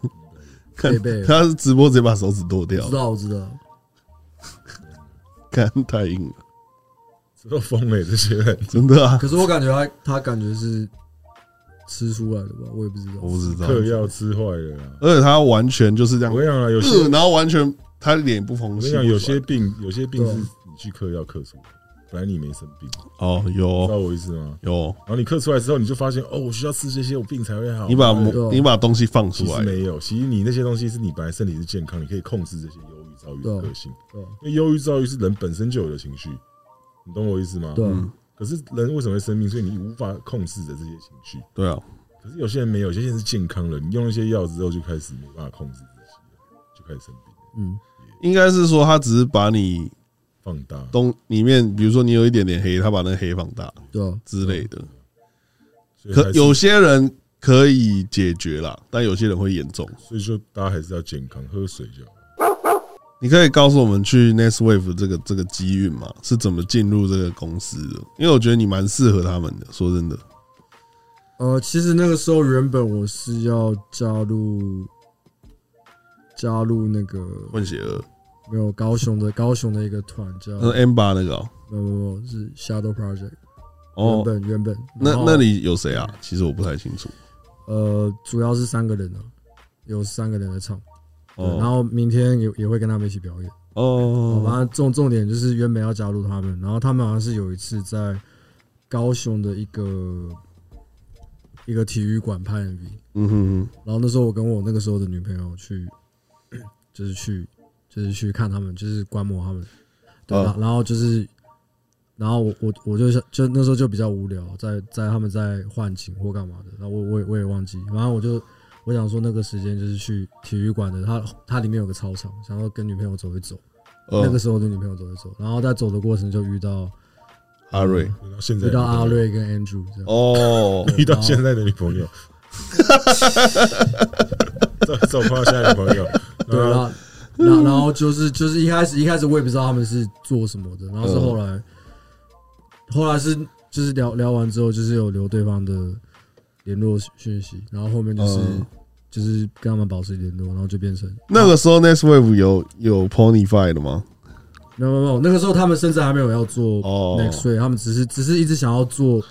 S2: 看
S4: 贝贝
S2: 他是直播直接把手指剁
S4: 我
S2: 掉
S4: 知，道我知道，
S2: 看太硬了，
S3: 这都疯了这些人，
S2: 真的啊，
S4: 可是我感觉他他感觉是吃出来的吧，我也不知道
S2: 我。不知道，
S3: 嗑药吃坏了啦。
S2: 而且他完全就是这样
S3: 我，跟你讲啊，有些
S2: 呃然后完全他脸不
S3: 我
S2: 红
S3: 跟你
S2: 心不
S3: 讲，
S2: 烦，
S3: 有些病，有些病
S4: 对啊
S3: 是你去嗑药嗑出来的，本来你没生病，知
S2: 哦有
S3: 道我意思吗？
S2: 有，哦
S3: 然后你嗑出来之后，你就发现哦，我需要吃这些，我病才会好。
S2: 你把
S3: 对
S4: 对
S2: 你把东西放出
S3: 啊其实
S2: 来，
S3: 没有，其实你那些东西是你本来身体是健康，你可以控制这些忧郁、躁郁的
S4: 对啊
S3: 个性。
S4: 对啊
S3: 因为忧郁、躁郁是人本身就有的情绪，你懂我意思吗？
S4: 对啊
S2: 嗯，
S3: 可是人为什么会生病？所以你无法控制的这些情绪。
S2: 对啊，
S3: 可是有些人没有，有些人是健康人，你用那些药之后就开始没办法控制自己了，就开始生病，
S4: 嗯，
S2: 应该是说他只是把你
S3: 放大。
S2: 东里面，比如说你有一点点黑，他把那个黑放大
S4: 对啊，
S2: 之类的，
S3: 所嗯以还
S2: 可
S3: 是
S2: 有些人可以解决啦，但有些人会严重。
S3: 所以就大家还是要健康，喝水就好。
S2: 你可以告诉我们去 Next Wave 这个这个机运嘛，是怎么进入这个公司的？因为我觉得你蛮适合他们的，说真的，
S4: 呃，其实那个时候原本我是要加入加入那个
S2: 混血儿，
S4: 没有高雄的高雄的一个团叫
S2: 那 Amber 那个哦
S4: 没有没有没有是 Shadow Project 原
S2: 哦，
S4: 本原本
S2: 那
S4: 然后
S2: 那里有谁啊？其实我不太清楚
S4: 呃主要是三个人啊，有三个人在唱，对然
S2: 哦
S4: 后明天也也会跟他们一起表演。好吧，
S2: 哦
S4: 那重重点就是原本要加入他们，然后他们好像是有一次在高雄的一个一个体育馆拍 MV，
S2: 嗯哼哼，
S4: 然后那时候我跟我那个时候的女朋友去， [coughs] 就是去就是去看他们，就是观摩他们，
S2: 嗯
S4: 对，然后然后就是，然后我我我就想就那时候就比较无聊，在在他们在换景或干嘛的，然后我我也我也忘记，然后我就我想说那个时间就是去体育馆的，它它里面有个操场，想要跟女朋友走一走。那个
S2: 呃，
S4: 时候的女朋友走一走，然后在走的过程就遇到
S2: 阿瑞
S3: 遇到现在
S4: 遇
S3: 的
S4: 到阿
S3: 女
S4: 瑞跟 Andrew 这样，
S2: 哦， [laughs]
S3: 朋友，遇到现在的女朋友， [laughs] 照照怕现在的女朋友，啊
S4: 对，
S2: 嗯
S4: 啊然后然后然后就是就是一开始一开始我也不知道他们是做什么的，然
S2: 嗯
S4: 后是后来、后来是就是聊聊完之后就是有留对方的联络讯息，然后后面就是、
S2: 嗯
S4: 就是跟他们保持联络，然后就变成
S2: 那个时候 Next Wave 有有 Ponyfy 的吗？
S4: 没有没有没有，那个时候他们甚至还没有要做
S2: 哦
S4: next way，、他们只是只是一直想要做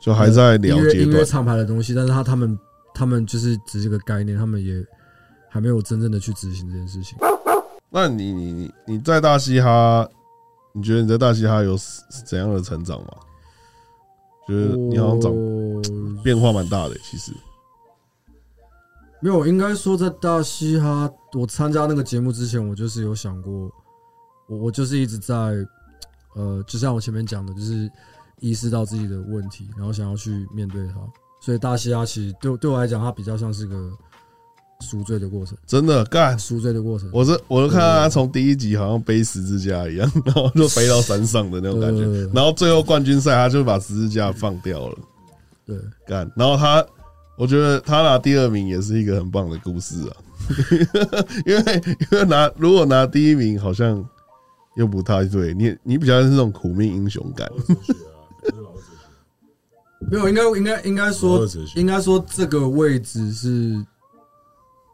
S2: 就还在聊
S4: 音乐
S2: 阶
S4: 音乐
S2: 段，
S4: 厂牌的东西，但是他他们他们就是只是个概念，他们也还没有真正的去执行这件事情。
S2: 那你你你你在大嘻哈，你觉得你在大嘻哈有怎样的成长吗？觉得你好像长
S4: 我
S2: 变化蛮大的、其实。
S4: 没有，应该说在大嘻哈，我参加那个节目之前，我就是有想过，我我就是一直在，呃，就像我前面讲的，就是意识到自己的问题，然后想要去面对它。所以大嘻哈其实对我对我来讲，它比较像是个赎罪的过程，
S2: 真的干，
S4: 赎罪的过程。
S2: 我是我都看到他从第一集好像背十字架一样，然后就飞到山上的那种感觉
S4: 对，
S2: 然后最后冠军赛他就把十字架放掉了，
S4: 对，
S2: 干，然后他。我觉得他拿第二名也是一个很棒的故事啊， [laughs] 因为因为拿如果拿第一名好像又不太对，你你比较是那种苦命英雄
S4: [laughs]
S2: 感，
S3: 哲学啊，真的老哲学
S4: 没有，应该应该应该说
S3: 老哲学
S4: 应该说这个位置是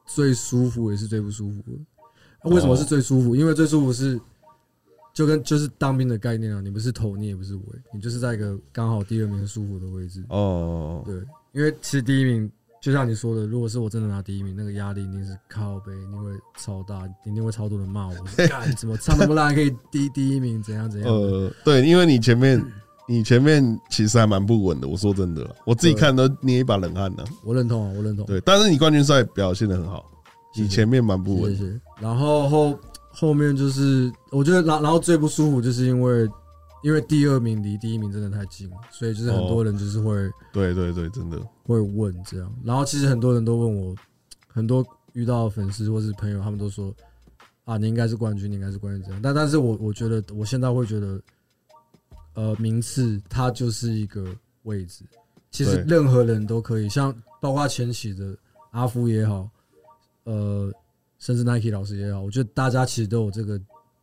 S4: 最舒服，也是最不舒服的。啊
S2: 哦
S4: 为什么是最舒服？因为最舒服是就跟就是当兵的概念啊，你不是头，你也不是尾，你就是在一个刚好第二名舒服的位置。
S2: 哦，
S4: 对，因为其实第一名就像你说的，如果是我真的拿第一名，那个压力一定是靠背，一定会超大，一定会超多人骂我，
S2: [laughs]
S4: 说干怎么唱那么烂还可以第第一名，怎样怎样。
S2: 呃，对，因为你前面你前面其实还蛮不稳的，我说真的啦，我自己
S4: 对
S2: 看都捏一把冷汗呢、
S4: 我认同啊，我认同。
S2: 对，但是你冠军赛表现的很好，
S4: 谢谢
S2: 你前面蛮不稳
S4: 谢。谢。然后后后面就是，我觉得然然后最不舒服就是因为因为第二名离第一名真的太近，所以就是很多人就是会、
S2: 对对对，真的，
S4: 会问这样。然后其实很多人都问我，很多遇到粉丝或是朋友，他们都说啊，你应该是冠军，你应该是冠军这样。但但是我我觉得我现在会觉得，呃，名次它就是一个位置，其实
S2: 对
S4: 任何人都可以，像包括前期的阿夫也好，呃，甚至 Nike 老师也好，我觉得大家其实都有这个。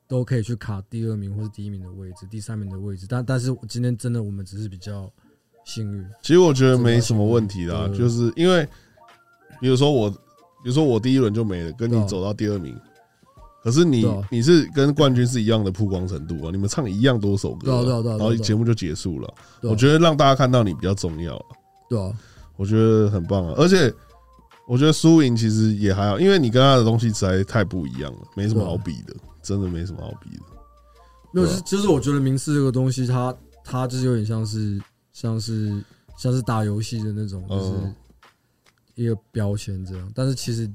S4: 都可以去卡第二名或是第一名的位置，第三名的位置，但但是今天真的我们只是比较幸运，
S2: 其实我觉得没什么问题啦，
S4: 对
S2: 就是因为，比如说我，比如说我第一轮就没了，跟
S4: 对
S2: 你
S4: 啊
S2: 走到第二名，可是你
S4: 对啊
S2: 你是跟冠军是一样的曝光程度啊，你们唱一样多首歌啊
S4: 对啊对啊对，啊
S2: 然
S4: 对啊
S2: 后节目就结束了。
S4: 对啊
S2: 我觉得让大家看到你比较重要啊，
S4: 对啊，
S2: 我觉得很棒啊，而且我觉得输赢其实也还好，因为你跟他的东西实在太不一样了，没什么
S4: 对啊
S2: 好比的，真的没什么好比的。
S4: 没
S2: 对
S4: 有，就
S2: 啊
S4: 是就是我觉得名次这个东西它，它就是有点像是像是像是打游戏的那种，就是
S2: 嗯
S4: 一个标签这样。但是其实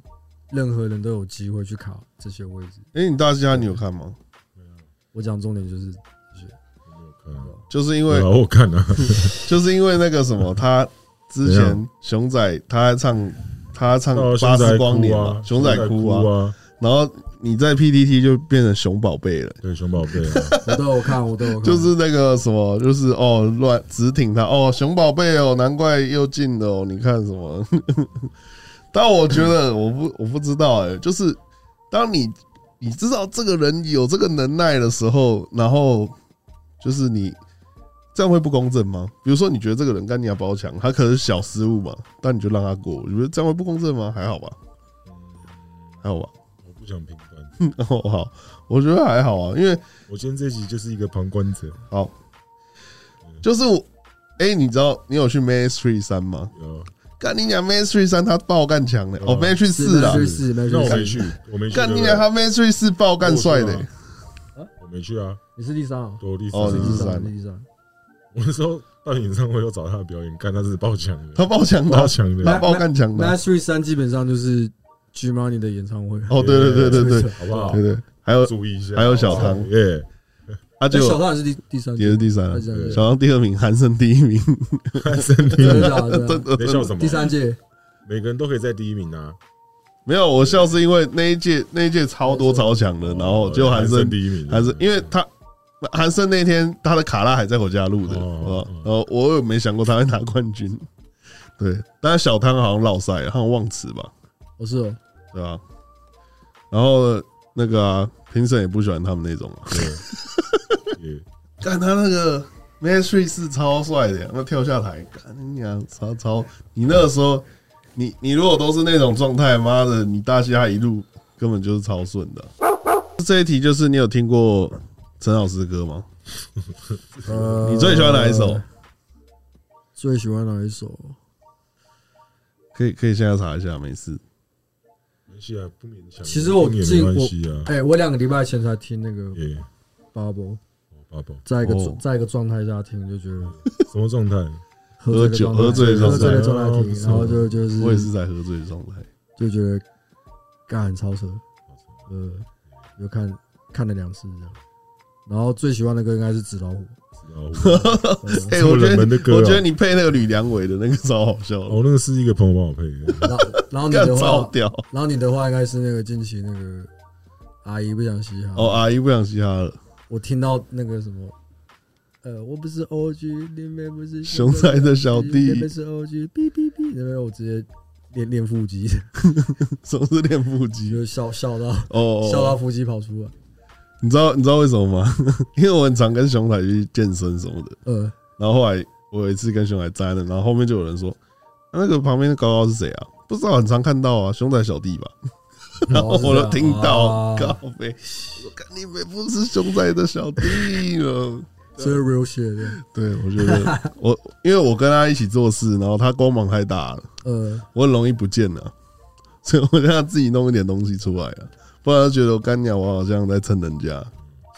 S4: 任何人都有机会去卡这些位置。
S2: 哎、你大家你有看吗？
S3: 没有，
S4: 我讲重点就是
S3: 我没有看。
S2: 就是因为
S3: 对啊，我看了，
S2: 就是因为那个什么，他之
S3: 怎
S2: 前
S3: 样
S2: 熊仔他唱他唱
S3: 到
S2: 《
S3: 熊
S2: 巴
S3: 仔
S2: 斯
S3: 哭
S2: 光年》
S3: 啊
S2: 嘛，，熊仔
S3: 哭
S2: 哭啊，
S3: 啊，
S2: 然后你在 PTT 就变成熊宝贝了，
S3: 对，熊宝贝啊，
S4: 我都有看，我都有
S2: [laughs]
S4: 看，
S2: 就是那个什么，就是哦乱直挺他哦熊宝贝哦，难怪又进了哦，你看什么？ [laughs] 但我觉得我不我不知道哎、就是当你你知道这个人有这个能耐的时候，然后就是你这样会不公正吗？比如说你觉得这个人干你要包强，他可能是小失误嘛，但你就让他过，我觉得这样会不公正吗？还好吧，还好吧。 [laughs]
S3: 我不想评断，
S2: 哦好，我觉得还好啊，因为
S3: 我今天这集就是一个旁观者，
S2: 好，就是我，哎、你知道你有去 Main Street 三吗？
S3: 有啊
S2: 干你娘 Main Street 三他爆干强的，
S3: 嗯
S2: 哦 Main Street 四啦
S4: 没，去试，没
S3: 那我
S4: 去
S3: 没
S4: 试。
S3: 去，我没去，
S2: 干你
S3: 对不
S2: 娘
S3: 对
S2: 他 Main Street 四爆干帅的，
S3: 啊我没去啊，
S4: 你是第三啊？
S3: 我第三，
S2: 哦
S4: 你是
S2: 你
S4: 第
S2: 是
S4: 三，
S2: 三
S4: 你是第三。
S3: 我那时候到演唱会又找他的表演，看他是爆强的，
S2: 他 [laughs] 爆强
S3: 爆
S2: 的，
S3: 强的，
S2: 他爆干强
S4: m a
S2: 的，
S4: s h r e 三基本上就是 G Money 的演唱会。啊
S2: 哦对对对对对
S3: 好不好
S2: [laughs] 对？对，还有
S3: 注意一下，
S2: 还有小汤
S3: [laughs] 耶，
S2: 他
S4: 哎小
S2: 就
S4: 唐也是第第三，
S2: 也是第三啊
S4: 他，是
S3: 对
S2: 小张第二名，韩胜第一名，
S3: 森林，
S4: 第三届，真
S2: [laughs]
S4: 的假的
S2: 真的
S3: 你
S2: 真
S3: 在笑
S2: 的
S3: 什么？
S4: 第三，届，
S3: 每个人都可以在第一名啊，
S2: 没有，我笑是因为那一届那一届超多超强的，然后就韩胜
S3: 森第一名，
S2: 还是因为他韩胜那天他的卡拉还在我家录的，
S3: 哦
S2: 哦，然后我也没想过他会拿冠军。 [laughs] 对，但是小汤好像落赛了，他好像忘词吧，
S4: 我是哦，
S2: 对吧、然后那个啊评、审也不喜欢他们那种、啊， [laughs]
S3: 对， [laughs] 耶
S2: 干他那个 m a t r i 是超帅的，那跳下台，干你娘超超，你那个时候，你你如果都是那种状态，妈的，你大虾一路根本就是超顺的。啊这一题就是你有听过陈老师的歌吗？
S4: 呃
S2: 你最喜欢哪一首？
S4: 最喜欢哪一首？
S2: 可以可以现在查一下，没事。
S3: 没关系啊，不勉强。
S4: 其实我
S3: 也
S4: 进
S3: 没关
S4: 我
S3: 系啊，
S4: 哎、我两个礼拜前才听那个
S3: [laughs] 耶，
S4: Bubble，
S3: 我爸爸
S4: 在一个、
S2: 哦
S4: 在一个状态下听，就觉得
S3: 什么状态？
S4: 喝醉的
S2: 喝酒喝
S4: 状态喝
S2: 醉
S4: 醉
S2: 的
S4: 的
S3: 状态
S4: 状态
S3: 哦不
S4: 听，
S3: 错
S4: 然后就就是
S2: 我也是在喝醉的状态。
S4: 就觉得干超车，呃，就看看了两次这样。然后最喜欢的歌应该是《纸老虎 [laughs]
S3: 知道》
S2: 哎、
S4: 呃
S2: 我觉
S3: 冷
S2: 得
S3: 门
S2: 你
S3: 的歌啊
S2: 我觉得你配那个吕良伟的那个超好笑
S3: 我哦，
S2: 的，
S3: 那个是一个朋友帮我配的，
S4: 然后然后你
S2: 干
S4: 的
S2: 超
S4: 话，
S2: 屌。
S4: 然后你的话应该是那个近期那个阿姨不想嘻哈
S2: 哦，阿姨不想嘻哈了，
S4: 我听到那个什么，呃，我不是 O G，你们不是
S2: 熊仔的小弟 [laughs]
S4: 你们是 O G，哔哔哔，那边我直接练练腹肌，
S2: 什么是练腹肌？
S4: 就笑笑到
S2: 哦哦，
S4: 笑到
S2: 哦
S4: 腹肌跑出来。
S2: 你知道你知道为什么吗？ [laughs] 因为我很常跟熊仔去健身什么的，
S4: 呃，
S2: 然后后来我有一次跟熊仔站了，然后后面就有人说，那个旁边的高高是谁啊？不知道，很常看到啊，熊仔小弟吧。然后我都听到，
S4: 哦是这
S2: 靠
S4: 样啊
S2: 背，我看你们不是熊仔的小弟了。
S4: 这是 real shit 这样。
S2: [laughs] 对，我觉得 [laughs] 我因为我跟他一起做事，然后他光芒太大了，
S4: 呃，
S2: 我很容易不见了，所以我让他自己弄一点东西出来啊，不然他觉得我干鸟，我好像在蹭人家。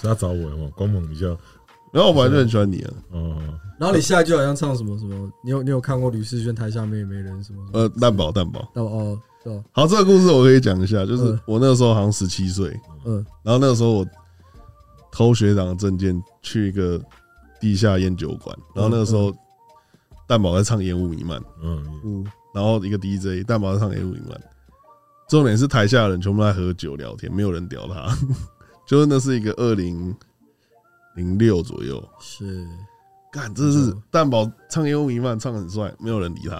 S3: 是他找我的嘛，哦光芒比较
S2: 然后我本来就很喜欢你啊，
S3: 哦，
S4: 然后你下一句好像唱什么什么，你有你有看过吕世轩台下面也没人什么什么？
S2: 呃，蛋堡蛋堡。
S4: 哦哦哦，
S2: 好，这个故事我可以讲一下，就是
S4: 嗯
S2: 我那个时候好像十七岁，
S4: 嗯
S2: 然后那个时候我偷学长的证件去一个地下烟酒馆，然后那个时候蛋宝在唱《烟雾弥漫》，
S3: 嗯，
S2: 嗯，然后一个 DJ 蛋宝在唱《烟雾弥漫》，重点是台下的人全部在喝酒聊天，没有人屌他， [laughs] 就是那是一个二零零六左右，
S4: 是
S2: 干，这是蛋宝唱《烟雾弥漫》唱得很帅，没有人理他。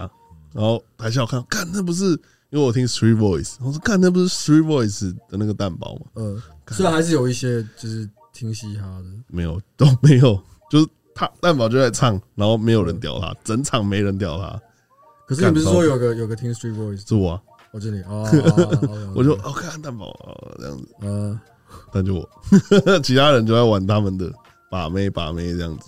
S2: 然后台下我看，干，那不是因为我听 Three Voice，我说干，那不是 Three Voice 的那个蛋宝吗？
S4: 呃，虽然还是有一些就是听嘻哈的，
S2: 没有，都没有，就是他蛋宝就在唱，然后没有人屌他，整场没人屌他，
S4: 可是你不是说有个有个听 Street Boys，
S2: 是我、啊，
S4: 我这里哦，哦
S2: 我就
S4: 哦
S2: 哦，看蛋宝、哦、这样子，
S4: 呃，
S2: 但就我， [laughs] 其他人就在玩他们的把妹把妹这样子。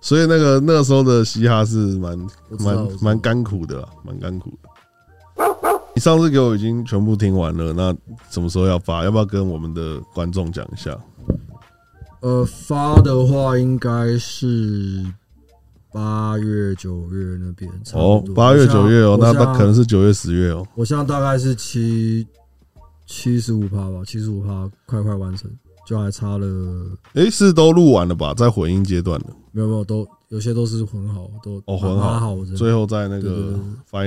S2: 所以那个那个时候的嘻哈是蛮
S4: 我知道我知
S2: 蛮
S4: 道
S2: 蛮甘苦的啦，蛮甘苦的。你上次给我已经全部听完了，那什么时候要发？要不要跟我们的观众讲一下？
S4: 呃，发的话应该是八月、九月那边。差不
S2: 哦
S4: 多，
S2: 八月九月哦，那那
S4: 那
S2: 可能是九月十月哦。
S4: 我现在大概是七七十五趴吧，七十五趴快快完成，就还差了
S2: 诶，是都录完了吧？在混音阶段了，
S4: 没有没有都有些都是混好，都
S2: 哦混好
S4: 蛮好的。
S2: 最后在那
S4: 嗯对对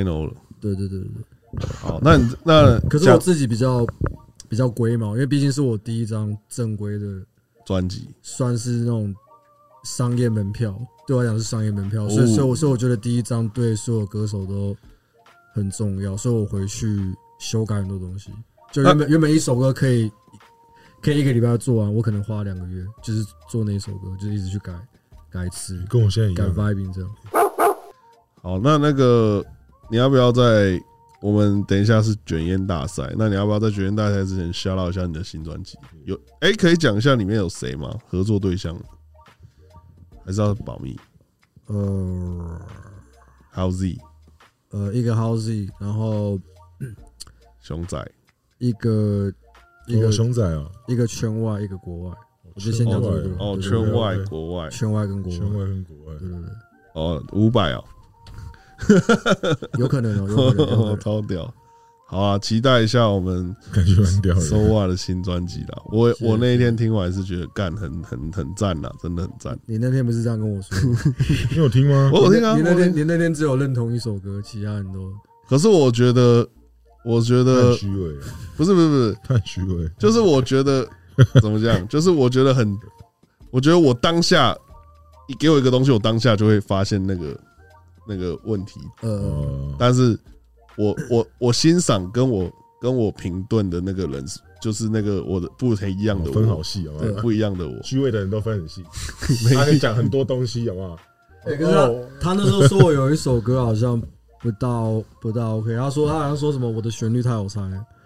S2: 个 final 了。
S4: 对对对对对。
S2: 好，那你那
S4: 可
S2: 这
S4: 是我
S2: 样
S4: 自己比较比较龟毛，因为毕竟是我第一张正规的，
S2: 专辑
S4: 算是那种商业门票，对我来讲是商业门票，
S2: 哦
S4: 所以所以我所以我觉得第一张对所有歌手都很重要，所以我回去修改很多东西。就原本原本一首歌可以可以一个礼拜做完，我可能花两个月，就是做那一首歌，就是一直去改改词、
S3: 跟我现在一
S4: 改
S3: 样，
S4: vibing 这样。
S2: 好，那那个你要不要在我们等一下是卷烟大赛？那你要不要在卷烟大赛之前 shout out 一下你的新专辑？有哎、可以讲一下里面有谁吗？合作对象还是要保密？
S4: 呃
S2: 还有 Z
S4: 呃，一个 Housey，然后
S2: 熊仔，
S4: 一个一
S3: 一
S4: 个
S3: 个熊仔啊，
S4: 一个圈外，一个国外，我就先讲这个
S2: 哦，
S4: 对
S2: 圈外
S3: 对对
S2: 国外
S4: 圈外跟国
S3: 圈外
S4: 外，
S3: 跟国外
S4: 对，对对，
S2: 哦，五百哦，
S4: 有可能哦，有可能有可
S2: [laughs]
S4: 能。
S2: 超屌！好啊，期待一下我们
S3: 感觉
S2: [laughs]
S3: 蛮屌
S2: So
S3: 的。
S2: What 的新专辑啦。我
S4: 是
S2: 我那一天听完是觉得干很很很赞啦，真的很赞。
S4: 你那天不是这样跟我说的？
S3: [laughs] 你有听吗？
S2: 我有听啊，
S4: 哦你那
S2: 我有
S4: 天
S2: 听
S4: 你那天只有认同一首歌，其他很多
S2: 可是我觉得，我觉
S3: 太
S2: 得
S3: 虚伪了，
S2: 不是不是不是，
S3: 太虚伪。
S2: 呃就是我觉得怎么讲，就是我觉得很，我觉得我当下你给我一个东西，我当下就会发现那个那个问题，
S4: 呃，
S3: 哦，
S2: 但是我我我欣赏跟我跟我评论的那个人，就是那个我的不太一
S4: 哦
S2: 样的
S3: 哦分好
S2: 我，
S3: 细好
S4: 啊
S2: 嗯
S3: 不
S2: 对
S3: 好？
S2: 不一样的我，
S3: 虚伪的人都分很细，
S2: 没
S3: 他可以讲很多东西好不好？
S4: 哎可是他他那时候说我有一首歌好像不到不到 OK，他说他好像说什么我的旋律太好猜，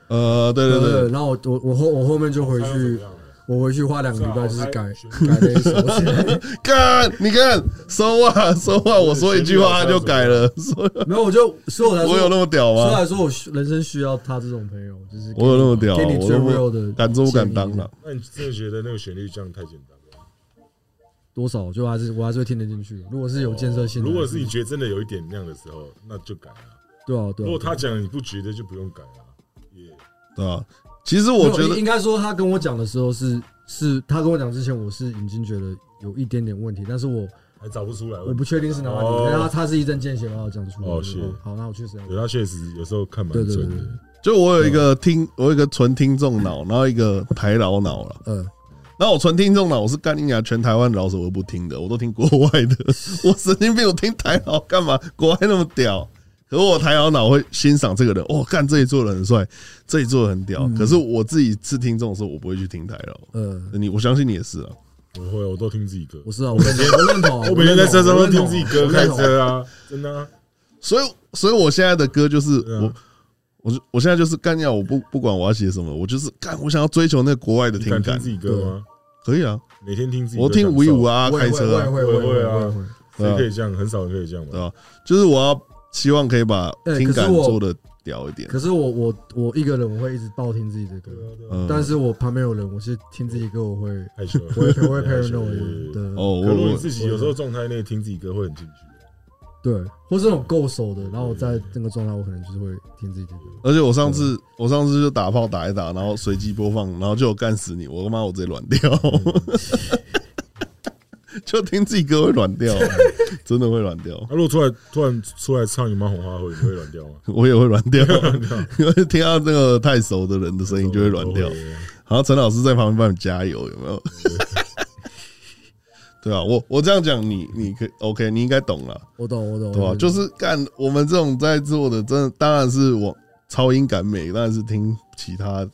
S2: 呃，对对对，
S4: 然后我我我后我后面就回去，我回去花两个礼
S3: 啊
S4: 拜就是改改那一首，
S2: 看你看，说话说话，我说一句话他就改了，说
S4: 没有我就所以
S2: [laughs]
S4: 我才
S2: 我有那
S4: 说，
S2: 么屌
S4: 所以
S2: 吗？
S4: 来说我需人生需要他这种朋友，就是给
S2: 我有那么屌，啊
S4: 给你
S2: 我
S4: 最
S2: 都不
S4: real 的
S2: 敢做不敢当啊
S4: 建议
S2: 了。
S3: 那你真的觉得那个旋律这样太简单了？
S4: 多少就还是我还是会听得进去。如果是有建设性的，
S3: 哦如果是你觉得真的有一点那样的时候，那就改啊。
S4: 对啊对啊，
S3: 如果他讲你不觉得，就不用改啊。也
S2: 对啊，其实
S4: 没
S2: 我
S4: 有
S2: 觉得
S4: 应该说他跟我讲的时候是是他跟我讲之前我是已经觉得有一点点问题，但是我
S3: 还找不出来。
S4: 我不确定是哪里，
S3: 哦
S4: 然后他是一针见血把我讲出来。
S3: 哦
S4: 我就是好，那我确实要
S3: 对啊他确实有时候看蛮
S4: 对对
S3: 准
S4: 对
S3: 的，
S2: 就我有一个听，我有一个纯听众脑，然后一个台老脑了。
S4: 呃
S2: 然后我纯听众脑，我是干你娘，全台湾老手我都不听的，我都听国外的。 [laughs] 我神经病，我听台老干嘛？国外那么屌，可我台老脑会欣赏这个人，哦，干这里做的很帅，这里做的很屌。
S4: 嗯
S2: 可是我自己是听众的时候，我不会去听台老。
S4: 呃，
S2: 你我相信你也是啊，
S3: 我会我都听自己歌
S4: 我，知道，我认我认同啊，
S3: 我每天在车上都听自己歌
S4: 我
S3: 开
S4: 认同啊。
S3: 车啊，真的啊。
S2: 所以所以我现在的歌就是
S3: 对啊
S2: 我。我就我现在就是干掉，我不不管我要写什么，我就是干，我想要追求那个国外的
S3: 你
S2: 听
S3: 敢听
S2: 感
S3: 自，己歌吗？
S2: 可以啊，
S3: 每天听自己歌，
S2: 我听五一五
S3: 啊，
S2: 啊，
S4: 我也
S2: 开车啊，
S4: 我也会，我也
S3: 我也会
S4: 会
S3: 啊
S4: 我也会。
S2: 对啊
S3: 谁可以这样？很少人可以这样
S2: 对
S3: 吧。
S2: 啊，就是我要希望可以把
S4: 哎
S2: 听
S4: 可
S2: 感
S4: 是我
S2: 做的屌一点。
S4: 可是我我我一个人我会一直倒听自己的歌，
S2: 嗯，
S4: 但是我旁边有人，我是听自己歌我会。
S3: 害羞，
S4: 我会我会
S3: 害羞
S4: paranoid 的，啊
S2: 哦，我
S3: 可如果你
S2: 我
S3: 自己有时候状态内听自己歌会很进去，
S4: 对，或是那种够熟的，然后我在那个状态，我可能就是会听自己的歌。
S2: 而且我上次我上次就打炮打一打，然后随机播放，然后就有干死你，我他妈我直接软掉， [laughs] 就听自己歌会软掉，啊真的会软掉。
S3: 那啊如果突然突然出来唱《野蛮红花会》，你会软掉吗？
S2: [laughs] 我也会软掉，因为听到那个太熟的人的声音就会软掉
S3: 都。会
S2: 然后陈老师在旁边帮你加油，有没 [laughs] 有？对啊，我我这样讲，你你可以 OK，你应该懂了，
S4: 我懂，我懂，
S2: 对吧、啊
S4: 我懂
S2: 就是干我们这种在做的，真的当然是我超音感美，当然是听其他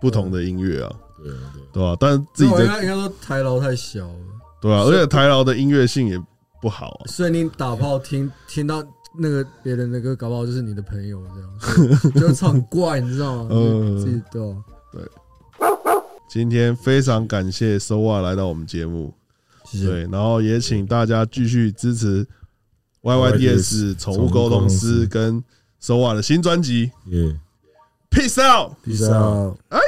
S2: 不同的音乐啊，
S3: 对对，
S2: 对吧、但是自己
S4: 没有应
S2: 在
S4: 该应该说台楼太小了，
S2: 对啊，而且台劳的音乐性也不好啊，
S4: 所以你打炮听听到那个别人的歌，搞不好就是你的朋友这样，所以
S2: [laughs]
S4: 就唱怪，你知道吗？
S2: 嗯
S4: 自己对啊，
S2: 今天非常感谢 SOA 来到我们节目，
S4: 谢谢，
S2: 对，然后也请大家继续支持 YYDS 宠物沟通师跟 SOA 的新专辑
S3: 耶，啊
S2: ，Peace out，
S4: peace out。
S2: 哎。